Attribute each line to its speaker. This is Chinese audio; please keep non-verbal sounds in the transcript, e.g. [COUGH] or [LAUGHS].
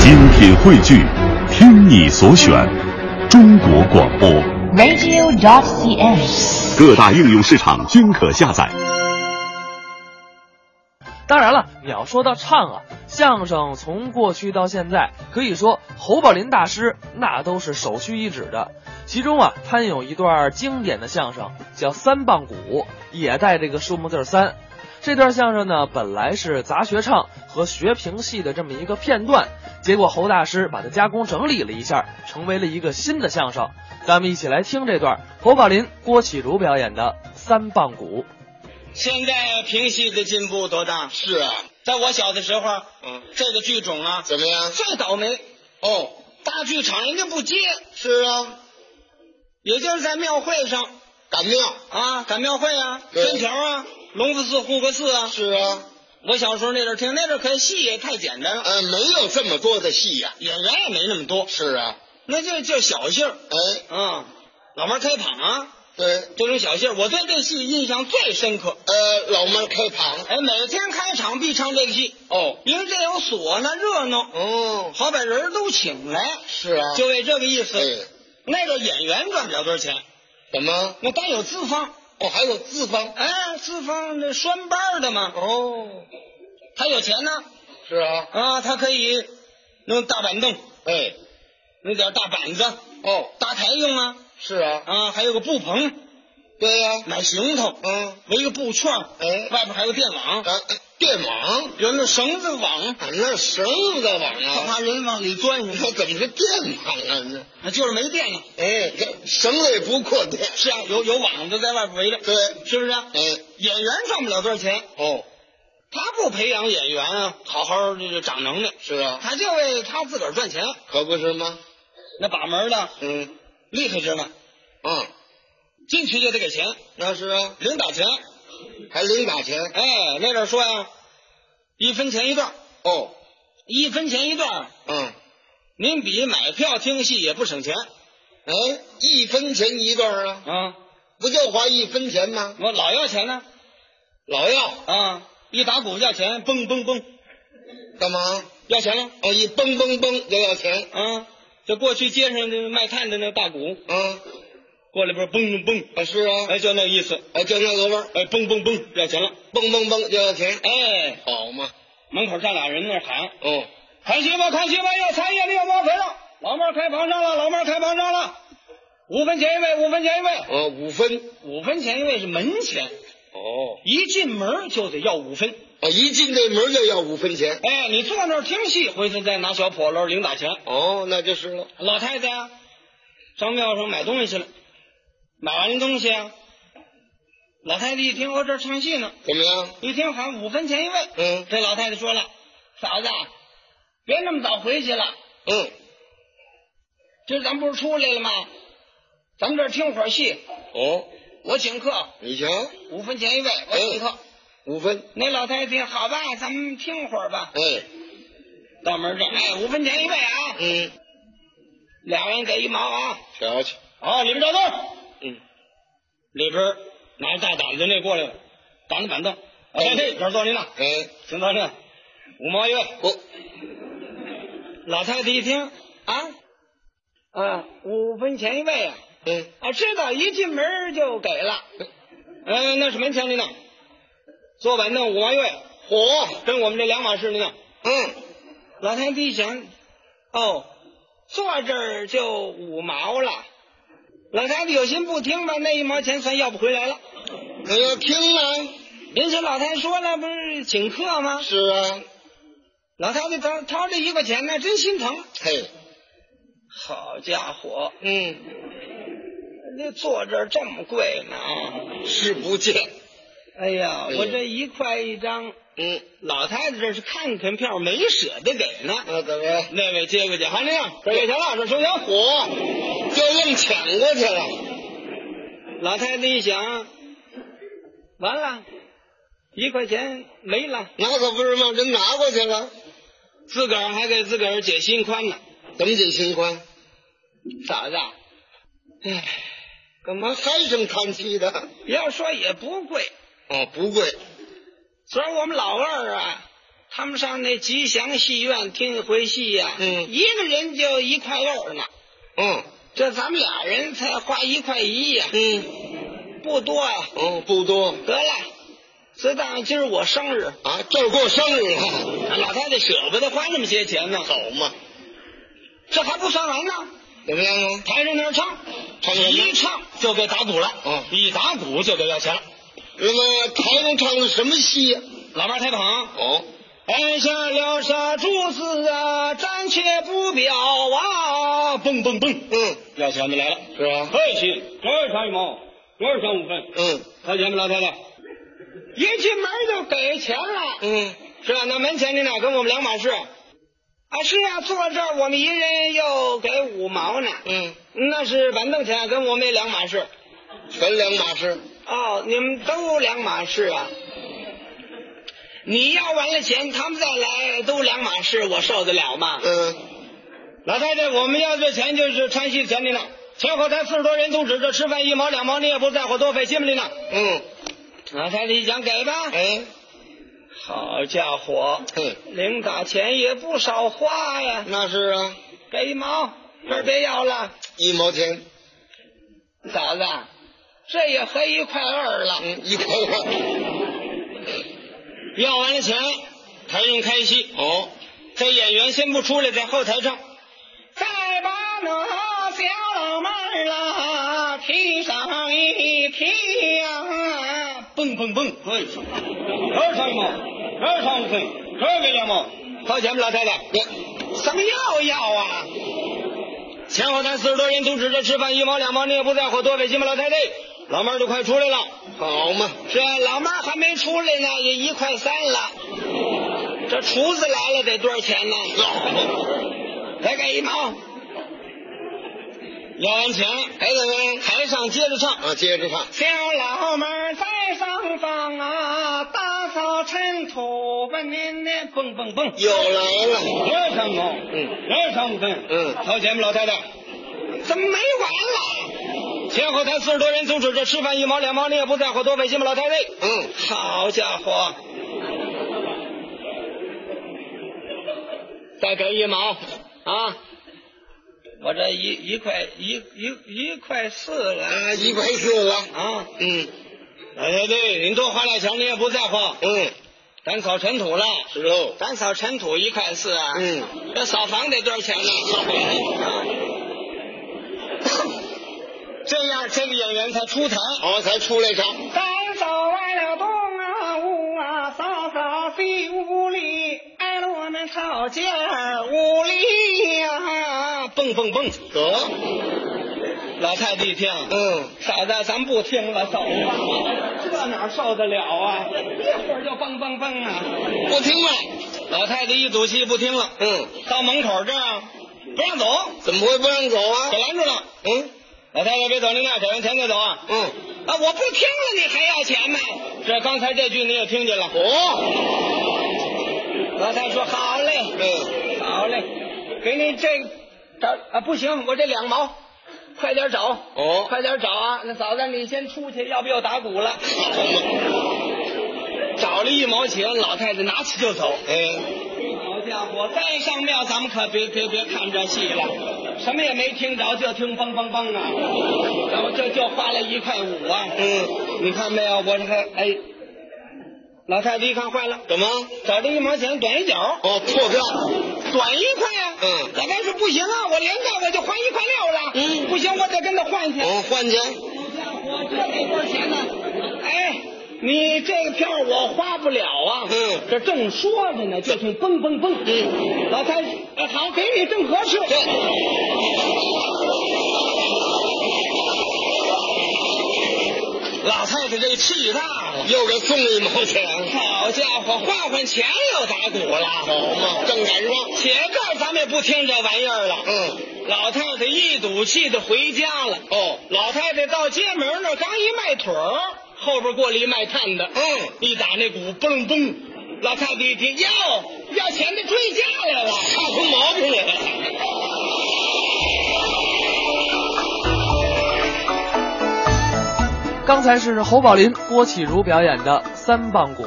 Speaker 1: 精品汇聚，听你所选，中国广播。
Speaker 2: radio.cn。
Speaker 1: 各大应用市场均可下载。
Speaker 3: 当然了，你要说到唱啊，相声从过去到现在，可以说侯宝林大师那都是首屈一指的。其中啊，摊有一段经典的相声，叫《三棒鼓》，也带这个数目字儿三。这段相声呢，本来是杂学唱和学评戏的这么一个片段，结果侯大师把它加工整理了一下，成为了一个新的相声。咱们一起来听这段侯宝林、郭启儒表演的《三棒鼓》。
Speaker 4: 现在评戏的进步多大？
Speaker 5: 是啊，
Speaker 4: 在我小的时候，
Speaker 5: 嗯
Speaker 4: 这个剧种啊，
Speaker 5: 怎么样？
Speaker 4: 最倒霉，
Speaker 5: 哦，
Speaker 4: 大剧场人家不接，
Speaker 5: 是啊，
Speaker 4: 也就是在庙会上
Speaker 5: 赶庙
Speaker 4: 啊，赶庙会啊，
Speaker 5: 对
Speaker 4: 天桥啊，龙福寺、护国寺啊。
Speaker 5: 是啊，
Speaker 4: 我小时候那阵儿听，那阵儿可戏也太简单了，
Speaker 5: 呃，没有这么多的戏呀、
Speaker 4: 演员也没那么多，
Speaker 5: 是啊，
Speaker 4: 那就就小戏儿
Speaker 5: 哎，
Speaker 4: 啊，老门开膀啊，
Speaker 5: 对，
Speaker 4: 这种小戏儿，我对这戏印象最深刻。
Speaker 5: 呃，老门开旁，
Speaker 4: 哎，每天开场必唱这个戏，
Speaker 5: 哦，
Speaker 4: 因为这有唢呐热闹，
Speaker 5: 哦，
Speaker 4: 好把人儿都请来，
Speaker 5: 是啊，
Speaker 4: 就为这个意思。
Speaker 5: 哎，
Speaker 4: 那个演员赚不了多少钱，
Speaker 5: 怎么？
Speaker 4: 那单有资方，
Speaker 5: 哦，还有资方，
Speaker 4: 哎，资方那拴班的嘛，
Speaker 5: 哦，
Speaker 4: 他有钱呢，
Speaker 5: 是啊，
Speaker 4: 啊，他可以弄大板凳，
Speaker 5: 哎，
Speaker 4: 弄点大板子，
Speaker 5: 哦，
Speaker 4: 搭台用啊，
Speaker 5: 是啊，
Speaker 4: 啊，还有个布棚，
Speaker 5: 对呀、
Speaker 4: 买行头，
Speaker 5: 嗯，
Speaker 4: 围个布圈，
Speaker 5: 哎
Speaker 4: 外边还有电网，
Speaker 5: 啊，电网，
Speaker 4: 有那绳子网，
Speaker 5: 啊那绳子网
Speaker 4: 他
Speaker 5: 啊，
Speaker 4: 怕人往里钻下
Speaker 5: 那怎么是电网啊？
Speaker 4: 去，就是没电了。
Speaker 5: 哎，这绳子也不扩电，
Speaker 4: 是啊，有有网子在外边围着，
Speaker 5: 对，
Speaker 4: 是不是啊？
Speaker 5: 哎，
Speaker 4: 演员赚不了多少钱，
Speaker 5: 哦，
Speaker 4: 他不培养演员啊，好好这个长能耐，
Speaker 5: 是啊，
Speaker 4: 他就为他自个儿赚钱。
Speaker 5: 可不是吗？
Speaker 4: 那把门的
Speaker 5: 嗯，
Speaker 4: 厉害着呢，
Speaker 5: 嗯，
Speaker 4: 进去就得给钱，
Speaker 5: 那是啊，
Speaker 4: 零打钱。
Speaker 5: 还零打钱
Speaker 4: 哎，那阵儿说呀，一分钱一段儿，
Speaker 5: 哦，
Speaker 4: 一分钱一段儿，
Speaker 5: 嗯，
Speaker 4: 您比买票听戏也不省钱
Speaker 5: 哎，一分钱一段啊，
Speaker 4: 啊！
Speaker 5: 不就花一分钱吗？
Speaker 4: 我老要钱呢
Speaker 5: 老要
Speaker 4: 啊！一打鼓要钱，蹦蹦蹦，
Speaker 5: 干嘛？
Speaker 4: 要钱了
Speaker 5: 哦，一蹦蹦蹦就要钱，
Speaker 4: 啊！就过去街上这卖炭的那大鼓，
Speaker 5: 嗯，
Speaker 4: 过来边蹦蹦蹦，
Speaker 5: 啊是啊，
Speaker 4: 哎，就那意思，
Speaker 5: 哎就那个味儿，
Speaker 4: 哎，蹦蹦蹦要钱了，
Speaker 5: 蹦蹦蹦就要钱，
Speaker 4: 哎，
Speaker 5: 好嘛，
Speaker 4: 门口站俩人那儿喊。
Speaker 5: 哦，
Speaker 4: 看戏吧，看戏吧，又残夜了，又包肥了。老妹儿开房上了，老妹儿开房上了。五分钱一位，五分钱一位，
Speaker 5: 哦五分，
Speaker 4: 五分钱一位是门钱，
Speaker 5: 哦，
Speaker 4: 一进门就得要五分。
Speaker 5: 哦一进这门就要五分钱，
Speaker 4: 哎，你坐那儿听戏，回头再拿小破篓零打钱。
Speaker 5: 哦那就是了，
Speaker 4: 老太太啊，上庙上买东西去了，买完东西啊，老太太一听我哦这儿唱戏呢，
Speaker 5: 怎么样？
Speaker 4: 一听喊五分钱一位，
Speaker 5: 嗯
Speaker 4: 这老太太说了，嫂子，啊别那么早回去了。
Speaker 5: 嗯，
Speaker 4: 今儿咱不是出来了吗？咱们这儿听会儿戏，
Speaker 5: 哦，
Speaker 4: 我请客，
Speaker 5: 你瞧，
Speaker 4: 五分钱一位，我请
Speaker 5: 哎
Speaker 4: 客。
Speaker 5: 五分，
Speaker 4: 那老太太听好吧，咱们听会儿吧。
Speaker 5: 哎，
Speaker 4: 到门这儿，哎，五分钱一位啊，
Speaker 5: 嗯，
Speaker 4: 俩人给一毛啊。
Speaker 5: 瞧瞧，
Speaker 4: 好，里边找座。
Speaker 5: 嗯，
Speaker 4: 里边拿一大胆子那过来了，挡着板凳。
Speaker 5: 哎
Speaker 4: 哎，这边坐您呢，
Speaker 5: 哎，
Speaker 4: 请坐这，五毛一位。
Speaker 5: 我
Speaker 4: 老太太一听啊，啊，五分钱一位啊，
Speaker 5: 嗯。
Speaker 4: 啊，知道一进门就给了。嗯、那是门前您呢，坐板凳五毛一位，
Speaker 5: 火，
Speaker 4: 跟我们这两码事您呢。
Speaker 5: 嗯，
Speaker 4: 老太太一想，哦，坐这儿就五毛了。老太太有心不听吧，那一毛钱算要不回来了。
Speaker 5: 那要听啊。
Speaker 4: 人家老太太说了，不是请客吗？
Speaker 5: 是啊，
Speaker 4: 老太太掏掏这一块钱呢，真心疼。
Speaker 5: 嘿，
Speaker 4: 好家伙，
Speaker 5: 嗯，
Speaker 4: 那坐这儿这么贵呢啊！
Speaker 5: 视不见，
Speaker 4: 哎呀，
Speaker 5: 嗯
Speaker 4: 我这一块一张，
Speaker 5: 嗯，
Speaker 4: 老太太这是看看票没舍得给呢。
Speaker 5: 那怎么样？
Speaker 4: 那位接过去，韩亮，这给钱了，这收钱。
Speaker 5: 火就硬抢过去了。
Speaker 4: 老太太一想，完了，一块钱没了，
Speaker 5: 那可不是嘛，人拿过去了，
Speaker 4: 自个儿还给自个儿解心宽呢。
Speaker 5: 怎么解心宽？
Speaker 4: 嫂子，唉，
Speaker 5: 干嘛唉声叹气的？
Speaker 4: 要说也不贵，
Speaker 5: 哦，不贵，
Speaker 4: 昨儿我们老二啊，他们上那吉祥戏院听一回戏呀、
Speaker 5: 嗯
Speaker 4: 一个人就一块二呢。
Speaker 5: 嗯
Speaker 4: 这咱们俩人才花一块一呀、
Speaker 5: 嗯，
Speaker 4: 不多呀、
Speaker 5: 哦，不多
Speaker 4: 得了，自当今儿我生日，
Speaker 5: 啊，这儿过生日了，
Speaker 4: 老太太舍不得花那么些钱呢。
Speaker 5: 好嘛？
Speaker 4: 这还不算完呢，
Speaker 5: 怎么样啊？
Speaker 4: 台上那儿唱，
Speaker 5: 唱什么
Speaker 4: 一唱就给打鼓了。
Speaker 5: 嗯
Speaker 4: 一打鼓就得要钱了。
Speaker 5: 那么台上唱的什么戏呀、
Speaker 4: 老伴儿抬捧，哎
Speaker 5: 哦，
Speaker 4: 按下了杀柱子啊，暂且不表啊，蹦蹦蹦，
Speaker 5: 嗯，
Speaker 4: 要钱的来了。
Speaker 5: 是吧？
Speaker 4: 嘿，起，多少钱一毛？多少钱五分？
Speaker 5: 嗯
Speaker 4: 掏钱吧，老太太。一进门就给钱了。
Speaker 5: 嗯，
Speaker 4: 是啊，那门前那俩跟我们两码事。啊，是啊，坐这儿我们一人又给五毛呢。
Speaker 5: 嗯，
Speaker 4: 那是板凳钱，跟我们也两码事。
Speaker 5: 全两码事。
Speaker 4: 哦，你们都两码事啊？你要完了钱，他们再来都两码事，我受得了吗？
Speaker 5: 嗯，
Speaker 4: 老太太，我们要这钱就是唱戏的钱，您呢？前后台四十多人都指着吃饭一毛两毛，你也不在乎多费心吧，您呢？
Speaker 5: 嗯，
Speaker 4: 老太太一讲给吧，
Speaker 5: 哎，
Speaker 4: 好家伙，
Speaker 5: 嘿，
Speaker 4: 零打钱也不少花呀，
Speaker 5: 那是啊，
Speaker 4: 给一毛，这儿别要了，
Speaker 5: 一毛钱，
Speaker 4: 嫂子，这也合一块二了。
Speaker 5: 嗯，一块二。
Speaker 4: 要完了钱，台上开戏。哦，这演员先不出来，在后台唱。再把那小妹儿啦提上一提呀、蹦蹦蹦！哎，二上一毛，二上五分，这给两毛，掏钱吧，老太太。什么要要啊？前后台四十多人都指着吃饭，一毛两毛，你也不在乎，多费心吧，老太太。老妹儿都快出来了。
Speaker 5: 好嘛，
Speaker 4: 这老妈还没出来呢，也一块三了。这厨子来了得多少钱 [LAUGHS] 呢？来给一毛。要完钱，哎，怎么台上接着唱。
Speaker 5: 啊，接着唱，
Speaker 4: 小老妹儿在上方啊，打扫尘土吧您呢，蹦蹦蹦。
Speaker 5: 又来了。
Speaker 4: 二上毛，
Speaker 5: 嗯，
Speaker 4: 二上五分，
Speaker 5: 嗯
Speaker 4: 啊掏钱吧，老太太。怎么没完了？前后台四十多人总指着吃饭一毛两毛，你也不在乎，多费心吧，老太太。
Speaker 5: 嗯，
Speaker 4: 好家伙！再给一毛啊！我这一一块一一一块四了
Speaker 5: 啊，一块四了。
Speaker 4: 啊！
Speaker 5: 嗯
Speaker 4: 哎对对，您多花俩钱，您也不在乎。
Speaker 5: 嗯，
Speaker 4: 咱扫尘土了，
Speaker 5: 是喽。
Speaker 4: 咱扫尘土一块四啊。
Speaker 5: 嗯，
Speaker 4: 这扫房得多少钱呢？这样，这个演员才出台。
Speaker 5: 好，哦才出来唱。
Speaker 4: 咱扫完了东啊屋啊，扫扫西屋里，挨了我们草间屋里呀、蹦蹦蹦！
Speaker 5: 得，
Speaker 4: 老太太一听，
Speaker 5: 嗯，
Speaker 4: 嫂子，咱不听了，走吧。这哪受得了啊？一会儿就蹦蹦蹦啊！
Speaker 5: 不听了。
Speaker 4: 老太太一赌气不听了，
Speaker 5: 嗯，
Speaker 4: 到门口这儿不让走，
Speaker 5: 怎么会不让走啊
Speaker 4: 给？拦住了。
Speaker 5: 嗯
Speaker 4: 老太太别走，您那给完钱再走啊！
Speaker 5: 嗯，
Speaker 4: 啊，我不听了，你还要钱呢？这刚才这句你也听见了。
Speaker 5: 哦，
Speaker 4: 老太太说：“好嘞，
Speaker 5: 嗯，
Speaker 4: 好嘞，给你这找啊，不行，我这两毛，快点找，
Speaker 5: 哦
Speaker 4: 快点找啊！那嫂子，你先出去，要不要打鼓了？ [LAUGHS]
Speaker 5: 好嘛，
Speaker 4: 找了一毛钱，老太太拿起就走。
Speaker 5: 哎，
Speaker 4: 好家伙，再上庙咱们可别别别看这戏了，什么也没听着，就听梆梆梆啊！然后这就花了一块五啊！
Speaker 5: 嗯，
Speaker 4: 你看没有？我这还哎，老太太一看坏了，
Speaker 5: 怎么？
Speaker 4: 找这一毛钱短一角。
Speaker 5: 哦，破票。
Speaker 4: 短一块呀、
Speaker 5: 嗯
Speaker 4: 老白说不行啊，我连带我就还一块六了。
Speaker 5: 嗯
Speaker 4: 不行，我得跟他换去。
Speaker 5: 哦，换去。
Speaker 4: 我这得多少钱呢？哎，你这个票我花不了啊。
Speaker 5: 嗯
Speaker 4: 这正说着呢，就听蹦蹦蹦。嗯，老太，哎好，给你正合适。
Speaker 5: 这，
Speaker 4: 老太太这气大了，
Speaker 5: 又给送一毛钱。
Speaker 4: 好家伙，换换钱又打鼓
Speaker 5: 好
Speaker 4: 了。
Speaker 5: 嘛，正赶上。
Speaker 4: 且这儿咱们也不听这玩意儿了。
Speaker 5: 嗯，
Speaker 4: 老太太一赌气的回家了。
Speaker 5: 哦，
Speaker 4: 老太太到街门那儿刚一迈腿儿，后边过来一卖炭的，
Speaker 5: 嗯，
Speaker 4: 一打那鼓，嘣嘣。老太太一听，哟，要钱的追家来了，看出毛病来了。
Speaker 3: 刚才是侯宝林、郭启儒表演的《三棒鼓》。